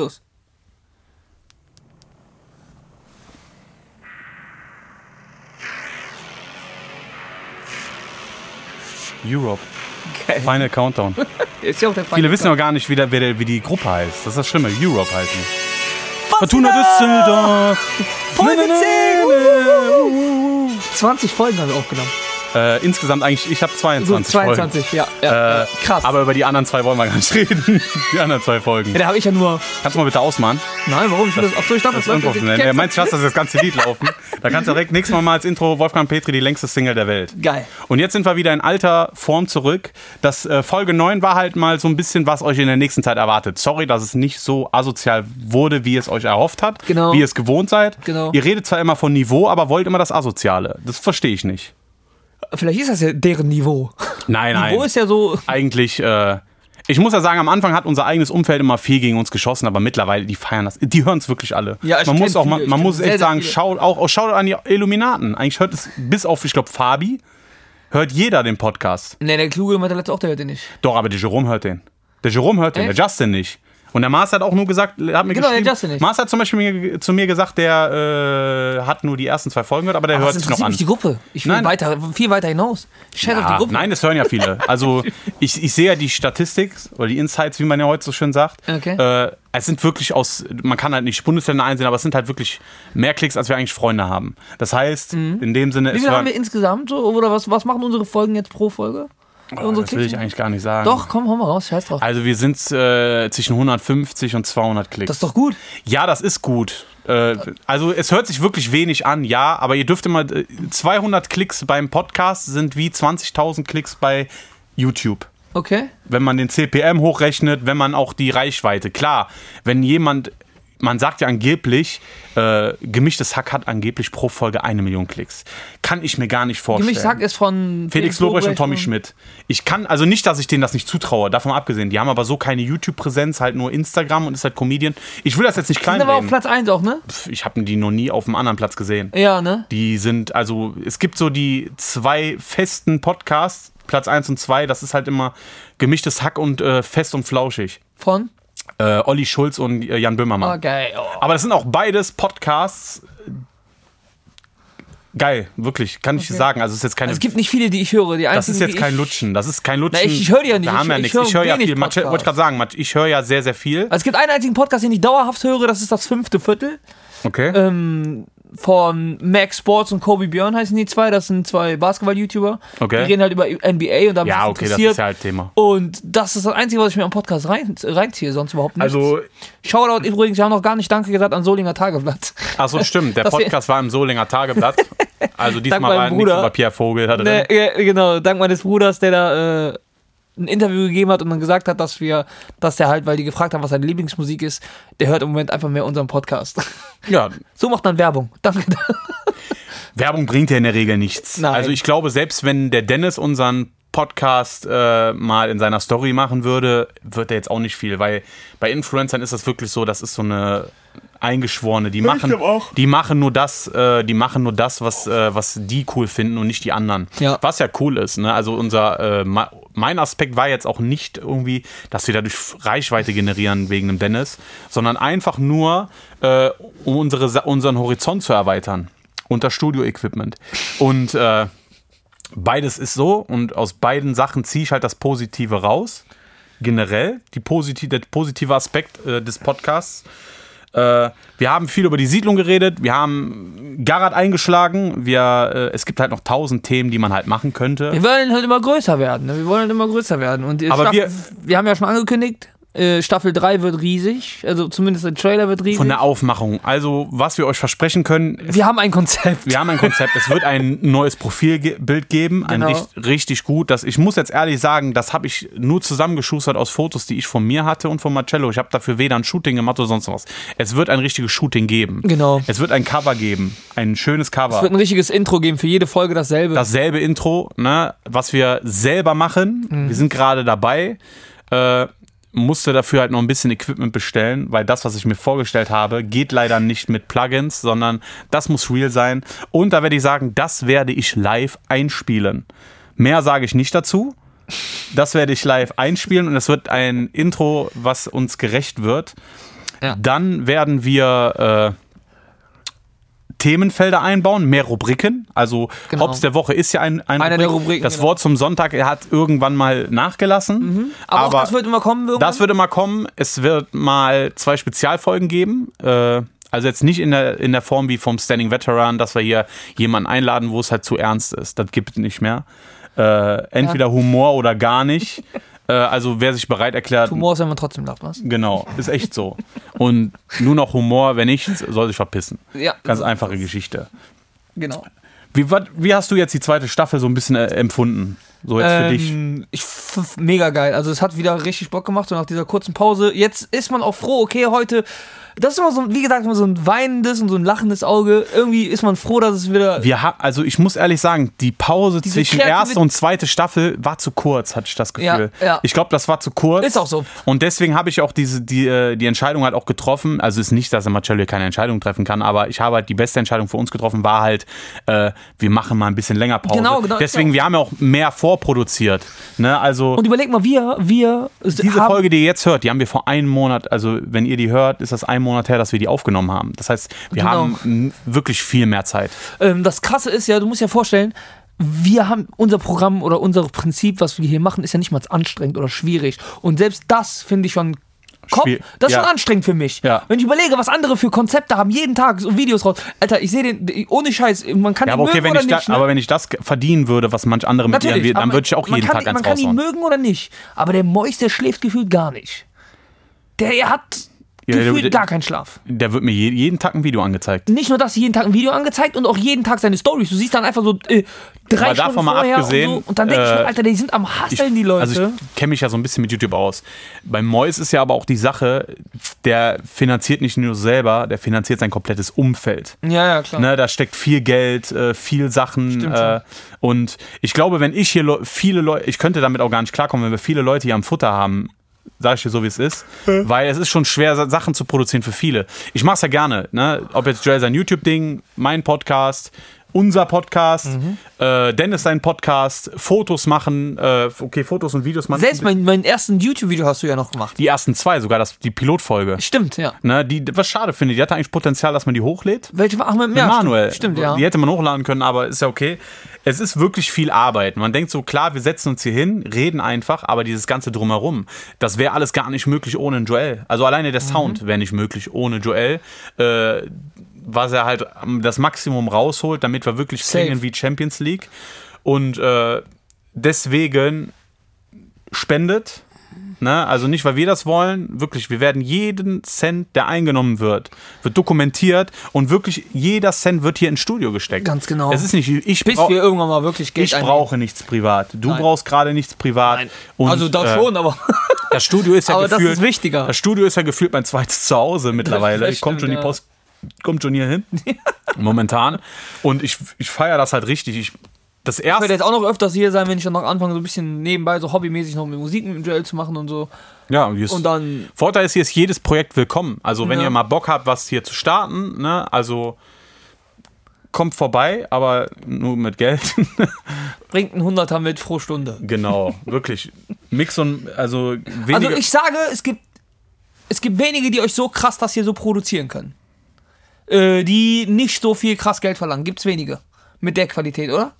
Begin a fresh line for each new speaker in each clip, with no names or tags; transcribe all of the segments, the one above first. Los.
Europe.
Geil.
Final Countdown.
Ist ja auch der
Viele
Final
wissen
Countdown.
auch gar nicht, wie, der, wer der, wie die Gruppe heißt. Das ist das Schlimme. Europe heißen. Fortuna Düsseldorf.
Folge
Na, na, na,
10.
na, uhuhu.
20 Folgen haben wir aufgenommen.
Äh, insgesamt eigentlich, ich habe
So
22.
22, ja. ja
Folgen.
ja. krass.
Äh, aber über die anderen zwei wollen wir gar nicht reden. Die anderen zwei Folgen.
ja, da habe ich ja nur.
Kannst du mal bitte ausmachen?
Nein, warum? Ich will das, Ach so, ich dachte, das,
Das ist
läuft jetzt
unprofessionell.
nicht.
Ja, meinst du, lass das, das ganze Lied laufen? Da kannst du direkt nächstes Mal mal als Intro Wolfgang Petri, die längste Single der Welt.
Geil.
Und jetzt sind wir wieder in alter Form zurück. Das äh, Folge 9 war halt mal so ein bisschen, was euch in der nächsten Zeit erwartet. Sorry, dass es nicht so asozial wurde, wie es euch erhofft hat,
Genau.
wie ihr es gewohnt seid.
Genau.
Ihr redet zwar immer von Niveau, aber wollt immer das Asoziale. Das verstehe ich nicht.
Vielleicht ist das ja deren Niveau.
Nein, nein.
Niveau ist ja so.
Eigentlich, äh, ich muss ja sagen, am Anfang hat unser eigenes Umfeld immer viel gegen uns geschossen, aber mittlerweile, die feiern das. Die hören es wirklich alle.
Ja, ich
man
kenn
muss auch,
viele,
man,
ich
man
kenn
muss
sehr,
echt
sehr
sagen,
viele.
schaut auch, auch schaut an die Illuminaten. Eigentlich hört es bis auf, ich glaube, Fabi, hört jeder den Podcast.
Ne, der Kluge meinte letzte auch, der hört den Ah, nicht.
Doch, aber der Jerome hört den. Der Jerome hört den,
Echt?
der Justin nicht. Und der Mars hat auch nur gesagt, hat mir
Genau, der
geschrieben,
Justin nicht.
Mars hat zum Beispiel mir, zu mir gesagt, der äh, hat nur die ersten zwei Folgen gehört, aber der
Aber
hört
das
sich noch
interessiert
an.
mich die Gruppe. Ich will
Nein.
weiter, viel weiter hinaus. Scheiß auf die
Ja,
Gruppe.
nein, das hören ja viele. Also ich, ich sehe ja die Statistik oder die Insights, wie man ja heute so schön sagt.
Okay.
Äh, es sind wirklich aus, man kann halt nicht Bundesländer einsehen, aber es sind halt wirklich mehr Klicks, als wir eigentlich Freunde haben. Das heißt, in dem Sinne,
Mhm. Wie
es
viel haben
hören,
wir insgesamt so? Oder was, was machen unsere Folgen jetzt pro Folge?
oh,
unsere
das will ich
Klicks?
eigentlich gar nicht sagen.
Doch, komm, hau mal raus, scheiß drauf.
Also wir sind äh, zwischen 150 und 200 Klicks.
Das ist doch gut.
Ja, das ist gut. Äh, also es hört sich wirklich wenig an, ja, aber ihr dürft immer, äh, 200 Klicks beim Podcast sind wie 20.000 Klicks bei YouTube.
Okay.
wenn man den CPM hochrechnet, wenn man auch die Reichweite. Klar, wenn jemand, man sagt ja angeblich, äh, gemischtes Hack hat angeblich pro Folge eine Million Klicks. Kann ich mir gar nicht vorstellen.
Gemisch Hack ist von
Felix Lobrecht und Tommy Schmidt. Ich kann, also nicht, dass ich denen das nicht zutraue, davon abgesehen. Die haben aber so keine YouTube-Präsenz, halt nur Instagram und ist halt Comedian. Ich will das jetzt nicht
Sind aber auf
kleinreden.
Platz 1 auch, ne?
Pff, Ich habe die noch nie auf einem anderen Platz gesehen.
Ja, ne?
Die sind, also es gibt so die zwei festen Podcasts, Platz 1 und 2, das ist halt immer gemischtes Hack und äh, fest und flauschig.
Von?
Äh, Olli Schulz und äh, Jan Böhmermann.
Ah, geil. Oh.
Aber das sind auch beides Podcasts. äh, Geil, wirklich, kann ich sagen. Also es ist jetzt keine.
Es gibt nicht viele, die ich höre. Die einzigen,
das ist jetzt
die
kein
ich,
Lutschen. Das ist kein Lutschen.
ich- ich höre die ja nicht.
Wir haben ja
Ich-
nichts.
ich höre
Ich höre ja
wenig
viel. Mathe-
Podcasts.
Wollte ich gerade sagen, Mathe- ich höre ja sehr, sehr viel.
Also es gibt einen einzigen Podcast, den ich dauerhaft höre, das ist das fünfte Viertel.
Okay.
Äh, Ähm, von Max Sports und Kobe Björn heißen die zwei. Das sind zwei Basketball-YouTuber.
Okay.
Die reden halt über NBA und da
ja, okay, das
interessiert.
ist ja halt Thema.
Und das ist das Einzige, was ich mir am Podcast rein, reinziehe, sonst überhaupt nicht.
Also,
Shoutout übrigens, wir haben noch gar nicht Danke gesagt an Solinger Tageblatt.
achso, stimmt. Der
Dass wir-
Podcast war im Solinger Tageblatt. Also diesmal
meinem
war nichts
Bruder.
über Pierre Vogel. da drin.
Ne, ja, genau, dank meines Bruders, der da äh, ein Interview gegeben hat und dann gesagt hat, dass wir, dass der halt, weil die gefragt haben, was seine Lieblingsmusik ist, der hört im Moment einfach mehr unseren Podcast.
Ja,
So macht man Werbung. Danke.
Werbung bringt ja in der Regel nichts.
Nein.
Also ich glaube, selbst wenn der Dennis unseren Podcast äh, mal in seiner Story machen würde, wird er jetzt auch nicht viel, weil bei Influencern ist das wirklich so, das ist so eine eingeschworene, die machen,
glaub auch.
die machen nur das, äh, die machen nur das, was, äh, was die cool finden und nicht die anderen.
Ja.
Was ja cool ist, ne? Also unser äh, ma- mein Aspekt war jetzt auch nicht irgendwie, dass wir dadurch Reichweite generieren wegen dem Dennis, sondern einfach nur, äh, um unsere, Sa- unseren Horizont zu erweitern. Unter Studio-Equipment. Und äh, beides ist so und aus beiden Sachen ziehe ich halt das Positive raus. Generell, die positi der positive Aspekt äh, des Podcasts. Äh, wir haben viel über die Siedlung geredet, wir haben Garat eingeschlagen, wir, äh, es gibt halt noch tausend Themen, die man halt machen könnte.
Wir wollen halt immer größer werden. Ne? Wir wollen halt immer größer werden. Und die
Aber
Staffel,
wir-
wir haben ja schon angekündigt, äh, Staffel 3 wird riesig. Also zumindest der Trailer wird riesig.
Von der Aufmachung. Also, was wir euch versprechen können, es,
wir haben ein Konzept.
wir haben ein Konzept. es wird ein neues Profilbild geben, ein
Genau.
richtig, richtig gut. Das, ich muss jetzt ehrlich sagen, das habe ich nur zusammengeschustert aus Fotos, die ich von mir hatte und von Marcello. Ich habe dafür weder ein Shooting gemacht oder sonst was. Es wird ein richtiges Shooting geben.
Genau.
Es wird ein Cover geben, ein schönes Cover.
Es wird ein richtiges Intro geben, für jede Folge dasselbe.
dasselbe Intro, ne, was wir selber machen. Wir sind gerade dabei. Äh, musste dafür halt noch ein bisschen Equipment bestellen, weil das, was ich mir vorgestellt habe, geht leider nicht mit Plugins, sondern das muss real sein. Und da werde ich sagen, das werde ich live einspielen. Mehr sage ich nicht dazu. Das werde ich live einspielen und es wird ein Intro, was uns gerecht wird.
Ja.
Dann werden wir äh, Themenfelder einbauen, mehr Rubriken. Also
Genau.
Hops der Woche ist ja ein, ein
Einer der Rubriken,
Das
genau. Mhm.
Wort zum Sonntag er hat irgendwann mal nachgelassen.
Aber,
Aber,
auch das wird immer kommen irgendwann.
das würde mal kommen. Es wird mal zwei Spezialfolgen geben. Äh, also jetzt nicht in der, in der Form wie vom Standing Veteran, dass wir hier jemanden einladen, wo es halt zu ernst ist. Das gibt es nicht mehr. Äh, entweder Humor oder gar nicht. äh, also wer sich bereit erklärt,
Humor ist, wenn man trotzdem lacht, was?
genau, ist echt so. Und nur noch Humor, wenn nicht, soll sich verpissen.
Ja.
Ganz einfache Geschichte.
Genau.
Wie, wat- wie hast du jetzt die zweite Staffel so ein bisschen äh, empfunden? So jetzt für dich.
Ähm, ich f- mega geil. Also es hat wieder richtig Bock gemacht und nach dieser kurzen Pause, jetzt ist man auch froh, okay, heute, das ist immer so, ein- wie gesagt, immer so ein weinendes und so ein lachendes Auge. Irgendwie ist man froh, dass es wieder.
Wir ha also ich muss ehrlich sagen, die Pause zwischen
Kreativität-
erste und zweite Staffel war zu kurz, hatte ich das Gefühl.
Ja, ja.
Ich glaube, das war zu kurz.
Ist auch so.
Und deswegen habe ich auch diese, die, äh, die Entscheidung halt auch getroffen. Also ist nicht, dass der Marcello hier keine Entscheidung treffen kann, aber ich habe halt die beste Entscheidung für uns getroffen, war halt, äh, wir machen mal ein bisschen länger Pause.
Genau, genau,
Deswegen,
genau.
wir haben ja auch mehr vorproduziert. Ne? Also
und überleg mal, wir, wir
diese
haben,
Folge, die ihr jetzt hört, die haben wir vor einem Monat, also wenn ihr die hört, ist das ein Monat her, dass wir die aufgenommen haben. Das heißt, wir
Genau.
haben m, wirklich viel mehr Zeit.
Ähm, das Krasse ist ja, du musst dir vorstellen, wir haben unser Programm oder unser Prinzip, was wir hier machen, ist ja nicht mal anstrengend oder schwierig. Und selbst das finde ich schon. Kopf,
Schwier-
das ist
ja.
schon anstrengend für mich.
Ja.
Wenn ich überlege, was andere für Konzepte haben, jeden Tag so Videos raus. Alter, ich sehe den, ohne Scheiß, man kann ihn
Ja, aber okay,
mögen
wenn
oder
ich,
nicht.
da,
ne?
aber wenn ich das verdienen würde, was manch andere mit
Natürlich,
dir, dann
aber
würde ich auch
man
jeden
kann
Tag
ihn, Man
eins
kann ihn
raushauen.
mögen oder nicht, aber der Mois, der schläft gefühlt gar nicht. Der hat
Ja, der-
gefühlt
der-
gar keinen Schlaf.
Der wird mir je, jeden Tag ein Video angezeigt.
nicht nur das, jeden Tag ein Video angezeigt und auch jeden Tag seine Stories. Du siehst dann einfach so äh, drei
Aber davon
Stunden
mal
vorher
abgesehen,
und, so. und dann denke ich
äh,
mir, Alter, die sind am Hasseln, die Leute.
Also ich kenne mich ja so ein bisschen mit YouTube aus. Beim Mois ist ja aber auch die Sache, der finanziert nicht nur selber, der finanziert sein komplettes Umfeld.
ja, ja, klar.
Ne, da steckt viel Geld, äh, viel Sachen.
Stimmt
Äh,
schon.
und ich glaube, wenn ich hier Leu- viele Leute, ich könnte damit auch gar nicht klarkommen, wenn wir viele Leute hier am Futter haben, sag ich dir so, wie es ist. Weil es ist schon schwer, Sa- Sachen zu produzieren für viele. Ich mach's ja gerne, ne? Ob jetzt Joel sein YouTube-Ding, mein Podcast, unser Podcast,
Mhm.
äh, Dennis sein Podcast, Fotos machen, äh, okay, Fotos und Videos machen.
Selbst mein, mein ersten YouTube-Video hast du ja noch gemacht.
die ersten zwei, sogar das, die Pilotfolge.
Stimmt, ja.
Ne, die, was schade finde, die hatte eigentlich Potenzial, dass man die hochlädt.
Welche war? Ach, mit
Ja,
ja,
Manuel.
Stimmt, stimmt ja.
Die hätte man hochladen können, aber ist ja okay. Es ist wirklich viel Arbeit. Man denkt so, klar, wir setzen uns hier hin, reden einfach, aber dieses ganze Drumherum, das wäre alles gar nicht möglich ohne einen Joel. Also alleine der
Mhm.
Sound wäre nicht möglich ohne Joel. Äh, was er halt am- das Maximum rausholt, damit wir wirklich
Safe.
klingen wie Champions League. Und äh, deswegen spendet. Ne? Also nicht, weil wir das wollen, wirklich, wir werden jeden Cent, der eingenommen wird, wird dokumentiert und wirklich jeder Cent wird hier ins Studio gesteckt.
Ganz genau.
Es ist nicht, ich,
Bis
brau
wir irgendwann mal wirklich Geld
ich brauche nichts privat. Du brauchst gerade nichts privat.
einnehmen.
Und,
Also
äh,
das schon, aber
Das Studio ist ja
Aber das
gefühlt,
ist wichtiger.
Das Studio ist ja gefühlt mein zweites Zuhause mittlerweile.
das
ich komme
stimmt,
schon die
ja.
Post, kommt schon hier hin. Momentan. Und ich, ich feiere das halt richtig. Ich, das
ich werde
erste,
jetzt auch noch öfters hier sein, wenn ich dann noch anfange, so ein bisschen nebenbei, so hobbymäßig noch mit Musik mit dem Joel zu machen und so.
ja, hier ist-
Und dann
Vorteil ist, hier ist jedes Projekt willkommen. Also, wenn
Ja.
ihr mal Bock habt, was hier zu starten, ne, also kommt vorbei, aber nur mit Geld.
bringt ein Hunderter mit, frohe Stunde.
genau, wirklich. Mix und, also
Also
weniger.
ich sage, es gibt, es gibt wenige, die euch so krass das hier so produzieren können. Äh, die nicht so viel krass Geld verlangen. Gibt's wenige. Mit der Qualität, oder?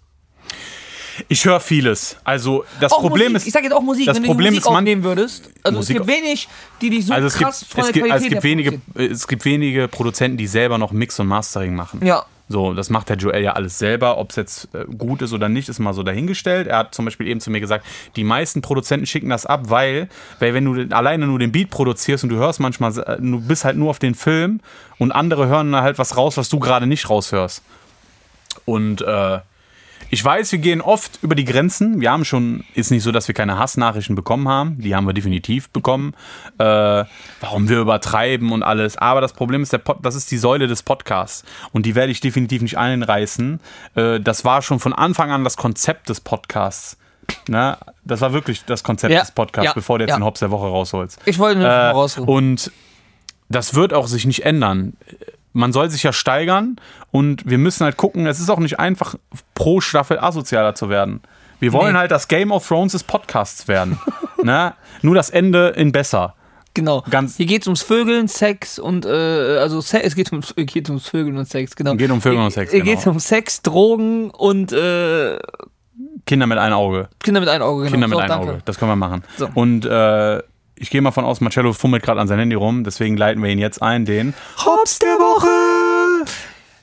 ich höre vieles. Also, das Problem
Musik.
ist.
Ich sage jetzt auch Musik,
das
wenn
Problem
du die Musik
ist, man-
aufnehmen würdest. Also
Musik-
es gibt wenig, die dich so
also es gibt,
krass von
es,
der
gibt,
Qualität
also es, gibt
her
wenige,
produzieren.
es gibt wenige Produzenten, die selber noch Mix und Mastering machen.
Ja.
So, das macht der Joel ja alles selber. Ob es jetzt äh, gut ist oder nicht, ist mal so dahingestellt. Er hat zum Beispiel eben zu mir gesagt, die meisten Produzenten schicken das ab, weil, weil wenn du den- alleine nur den Beat produzierst und du hörst manchmal, äh, du bist halt nur auf den Film und andere hören halt was raus, was du gerade nicht raushörst. Und äh, ich weiß, wir gehen oft über die Grenzen. Wir haben schon, ist nicht so, dass wir keine Hassnachrichten bekommen haben. Die haben wir definitiv bekommen. Äh, warum wir übertreiben und alles. Aber das Problem ist, der Pod, das ist die Säule des Podcasts. Und die werde ich definitiv nicht einreißen. Äh, das war schon von Anfang an das Konzept des Podcasts. Na, das war wirklich das Konzept
Ja,
des Podcasts,
ja,
bevor du jetzt
ja.
den Hops der Woche rausholst.
Ich wollte nur äh,
Äh,
rausrufen.
und das wird auch sich nicht ändern. Man soll sich ja steigern und wir müssen halt gucken, es ist auch nicht einfach, pro Staffel asozialer zu werden. Wir wollen
Nee.
halt, dass Game of Thrones des Podcasts werden. ne? Nur das Ende in besser.
Genau.
Ganz-
Hier geht es ums Vögeln, Sex und äh, also Se es geht ums, geht ums Vögeln und Sex, genau.
Geht um Vögeln und Sex,
Hier
genau.
geht es um Sex, Drogen und äh,
Kinder mit einem Auge.
Kinder mit einem Auge. Genau.
Kinder mit
So,
einem
danke.
Auge. Das können wir machen.
So.
Und äh, ich gehe mal von aus, Marcello fummelt gerade an sein Handy rum, deswegen leiten wir ihn jetzt ein, den Hops der Woche.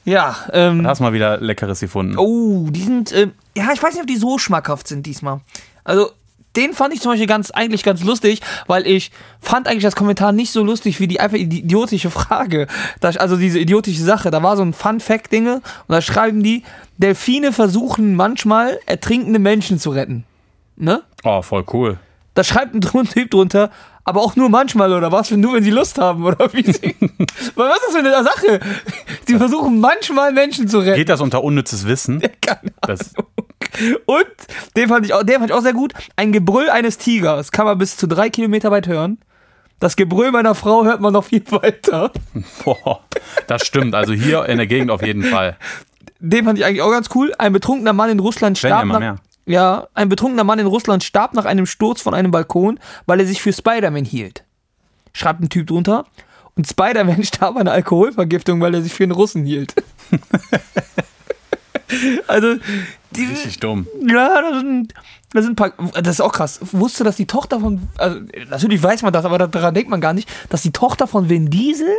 Ja, ähm,
Da hast du mal wieder Leckeres gefunden.
oh, die sind, ähm, ja, ich weiß nicht, ob die so schmackhaft sind diesmal. Also, den fand ich zum Beispiel ganz, eigentlich ganz lustig, weil ich fand eigentlich das Kommentar nicht so lustig wie die einfach idi- idiotische Frage. Das, also diese idiotische Sache, da war so ein Fun-Fact-Dinge und da schreiben die, Delfine versuchen manchmal ertrinkende Menschen zu retten. Ne?
Oh, voll cool.
Da schreibt ein drun- Typ drunter, aber auch nur manchmal oder was, wenn nur wenn sie Lust haben oder wie sie. Weil was ist das für eine Sache? Die versuchen manchmal Menschen zu retten.
Geht das unter unnützes Wissen?
Keine
Das,
Und den fand, ich auch, den fand ich auch sehr gut. Ein Gebrüll eines Tigers kann man bis zu drei Kilometer weit hören. Das Gebrüll meiner Frau hört man noch viel weiter.
boah, das stimmt. Also hier in der Gegend auf jeden Fall.
Den fand ich eigentlich auch ganz cool. Ein betrunkener Mann in Russland
Werden
starb
immer
nach,
mehr.
ja, ein betrunkener Mann in Russland starb nach einem Sturz von einem Balkon, weil er sich für Spider-Man hielt. Schreibt ein Typ drunter. Und Spider-Man starb an einer Alkoholvergiftung, weil er sich für einen Russen hielt. also, die,
Richtig dumm.
Ja, das sind, das sind ein paar. Das ist auch krass. Wusste, dass die Tochter von. Also, natürlich weiß man das, aber daran denkt man gar nicht, dass die Tochter von Vin Diesel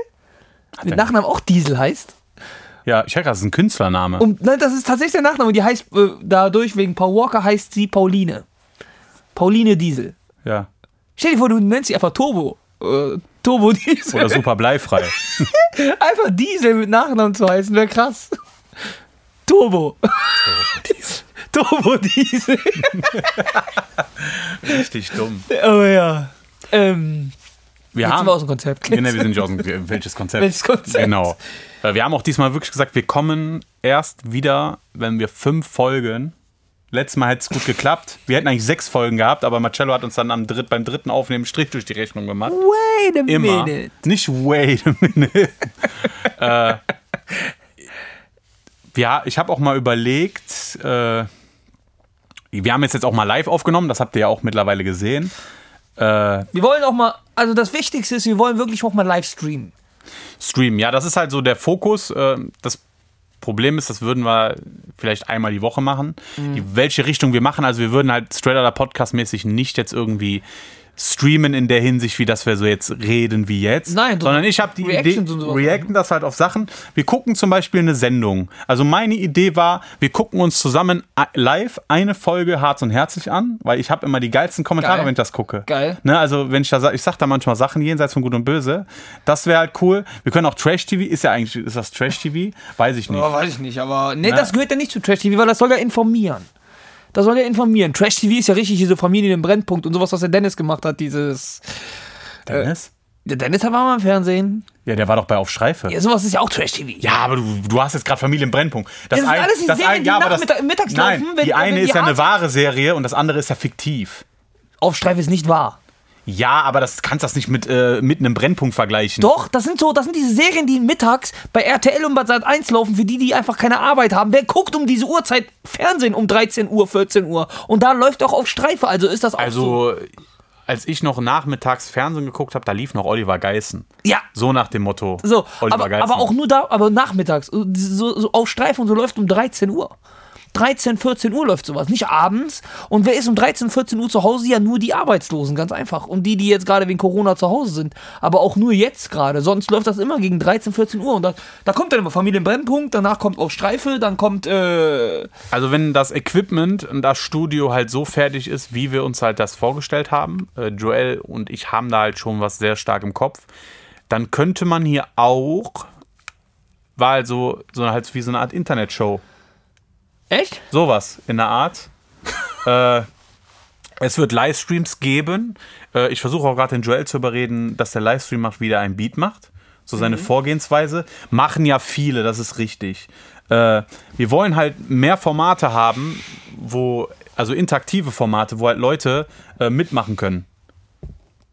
mit Nachnamen auch Diesel heißt.
Ja, ich hätte gerade, das ist ein Künstlername.
Und nein, das ist tatsächlich der Nachname. Die heißt äh, dadurch, wegen Paul Walker heißt sie Pauline. Pauline Diesel.
Ja.
Stell dir vor, du nennst sie einfach Turbo. Äh, Turbo Diesel.
Oder super bleifrei.
Einfach Diesel mit Nachnamen zu heißen, wäre krass. Turbo. Turbo Diesel.
Richtig dumm.
Oh ja. Ähm,
Wir
jetzt sind
haben,
wir aus dem Konzept.
Nee, nee, wir sind nicht aus dem, welches Konzept?
Welches Konzept?
Genau. Äh, Wir haben auch diesmal wirklich gesagt, wir kommen erst wieder, wenn wir fünf Folgen. Letztes Mal hätte es gut geklappt. Wir hätten eigentlich sechs Folgen gehabt, aber Marcello hat uns dann am dritt, beim dritten Aufnehmen einen Strich durch die Rechnung gemacht.
Wait a
Immer.
minute.
Nicht wait a minute. äh, ja, ich habe auch mal überlegt, äh, wir haben jetzt, jetzt auch mal live aufgenommen, das habt ihr ja auch mittlerweile gesehen. Äh,
Wir wollen auch mal, also das Wichtigste ist, wir wollen wirklich auch mal live streamen.
Stream, ja, das ist halt so der Fokus. Äh, Das Problem ist, das würden wir vielleicht einmal die Woche machen.
Mhm.
Die, welche Richtung wir machen, also wir würden halt straight oder podcast-mäßig nicht jetzt irgendwie streamen in der Hinsicht, wie dass wir so jetzt reden wie jetzt.
Nein, so
sondern ich habe die Idee,
Reactions und sowas.
reacten das halt auf Sachen. Wir gucken zum Beispiel eine Sendung. Also meine Idee war, wir gucken uns zusammen a- live eine Folge Harz und Herzlich an, weil ich habe immer die geilsten Kommentare,
Geil.
wenn ich das gucke.
Geil.
Ne, also wenn ich da sa- ich sag da manchmal Sachen jenseits von Gut und Böse, das wäre halt cool. Wir können auch Trash TV, ist ja eigentlich, ist das Trash TV? Weiß ich nicht.
weiß ich nicht, aber. Nee, das gehört ja nicht zu Trash TV, weil das soll ja informieren. Das soll ja informieren. Trash TV ist ja richtig diese Familien im Brennpunkt und sowas, was der Dennis gemacht hat, dieses.
Dennis?
Der Dennis hat auch mal im Fernsehen.
Ja, der war doch bei Auf Schreife.
Ja, sowas ist ja auch Trash TV.
Ja, aber du, du hast jetzt gerade Familie im Brennpunkt.
Ja, das sind alles die Serien, die
aber
nachmittag- mittags
nein,
laufen, wenn-
die eine
wenn die
ist ja eine
Harz-
wahre Serie und das andere ist ja fiktiv.
Aufstreif ist nicht wahr.
Ja, aber das kannst das nicht mit, äh, mit einem Brennpunkt vergleichen.
Doch, das sind so, das sind diese Serien, die mittags bei RTL und bei Sat 1 laufen, für die, die einfach keine Arbeit haben. Wer guckt um diese Uhrzeit Fernsehen um 13 Uhr, 14 Uhr? Und da läuft auch auf Streife, also ist das auch so.
Also, als ich noch nachmittags Fernsehen geguckt habe, da lief noch Oliver Geissen.
Ja,
So nach dem Motto.
So,
Oliver
aber,
Geissen.
aber auch nur da, aber nachmittags. So, so auf Streifen und so läuft um 13 Uhr. 13, 14 Uhr läuft sowas, nicht abends. Und wer ist um 13, 14 Uhr zu Hause? Ja, nur die Arbeitslosen, ganz einfach. Und die, die jetzt gerade wegen Corona zu Hause sind. Aber auch nur jetzt gerade. Sonst läuft das immer gegen 13, 14 Uhr. Und da, da kommt dann immer Familienbrennpunkt, danach kommt auf Streife, dann kommt. Äh,
Also wenn das Equipment und das Studio halt so fertig ist, wie wir uns halt das vorgestellt haben, äh, Joel und ich haben da halt schon was sehr stark im Kopf, dann könnte man hier auch, war halt so, so halt wie so eine Art Internetshow,
echt?
sowas in der Art. äh, es wird Livestreams geben. Äh, ich versuche auch gerade den Joel zu überreden, dass der Livestream macht, wieder ein Beat macht. So seine Vorgehensweise. Machen ja viele, das ist richtig. Äh, wir wollen halt mehr Formate haben, wo, also interaktive Formate, wo halt Leute äh, mitmachen können.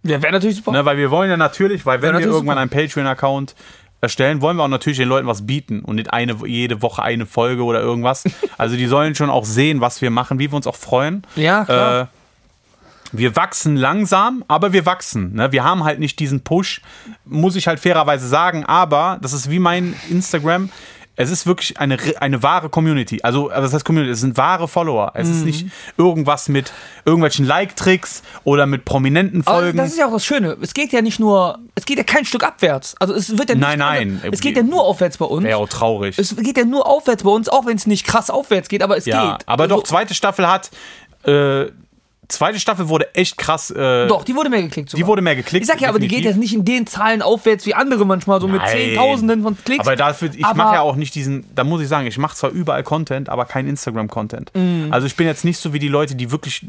Ja, wäre natürlich super.
Ne, weil wir wollen ja natürlich, weil wenn wir
natürlich
irgendwann einen Patreon-Account erstellen, wollen wir auch natürlich den Leuten was bieten und nicht eine, jede Woche eine Folge oder irgendwas. also die sollen schon auch sehen, was wir machen, wie wir uns auch freuen.
Ja, klar.
Äh, wir wachsen langsam, aber wir wachsen. Ne? Wir haben halt nicht diesen Push, muss ich halt fairerweise sagen, aber das ist wie mein Instagram. Es ist wirklich eine, ri- eine wahre Community. Also, also das heißt Community, es sind wahre Follower. Es
Mhm.
ist nicht irgendwas mit irgendwelchen Like-Tricks oder mit prominenten
Aber
Folgen.
das ist ja auch das Schöne. Es geht ja nicht nur, es geht ja kein Stück abwärts. Also es wird ja nicht
Nein, nein.
Es geht ja nur aufwärts bei uns.
Wäre auch traurig.
Es geht ja nur aufwärts bei uns, auch wenn es nicht krass aufwärts geht, aber es
ja,
geht.
aber
Also,
doch, zweite Staffel hat. Äh, zweite Staffel wurde echt krass. Äh,
Doch, die wurde mehr geklickt. Sogar.
Die wurde mehr geklickt.
Ich sag ja, aber die geht
definitiv.
jetzt nicht in den Zahlen aufwärts wie andere manchmal, so mit
Nein.
Zehntausenden von Klicks.
Aber dafür, ich
Aber-
mache ja auch nicht diesen, da muss ich sagen, ich mache zwar überall Content, aber kein Instagram-Content.
Mhm.
Also ich bin jetzt nicht so wie die Leute, die wirklich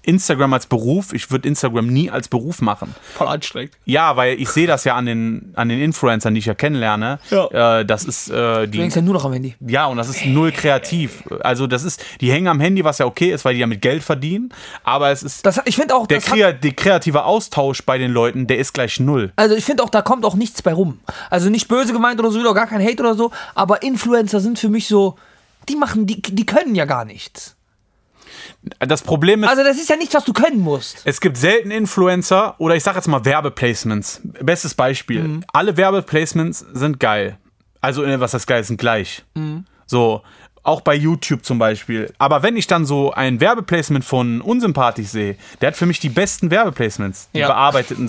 Instagram als Beruf, ich würde Instagram nie als Beruf machen.
voll anstrengend.
Ja, weil ich sehe das ja an den, an den Influencern, die ich ja kennenlerne.
Ja.
Äh, das ist äh,
Du
die.
denkst ja nur noch am Handy.
Ja, und das ist null kreativ. Also das ist, die hängen am Handy, was ja okay ist, weil die damit Geld verdienen. Aber es ist,
Das, hat- ich finde auch,
der
das hat,
krea der kreative Austausch bei den Leuten, der ist gleich null.
also ich finde auch, da kommt auch nichts bei rum. Also nicht böse gemeint oder so, oder gar kein Hate oder so, aber Influencer sind für mich so, die machen, die, die können ja gar nichts.
Das Problem ist,
Also das ist ja nichts, was du können musst.
Es gibt selten Influencer oder ich sage jetzt mal Werbeplacements. Bestes Beispiel.
Mhm.
Alle Werbeplacements sind geil. Also, äh, was das geil ist, sind gleich.
Mhm.
So, auch bei YouTube zum Beispiel. Aber wenn ich dann so ein Werbeplacement von Unsympathisch sehe, der hat für mich die besten Werbeplacements, die
Ja.
bearbeiteten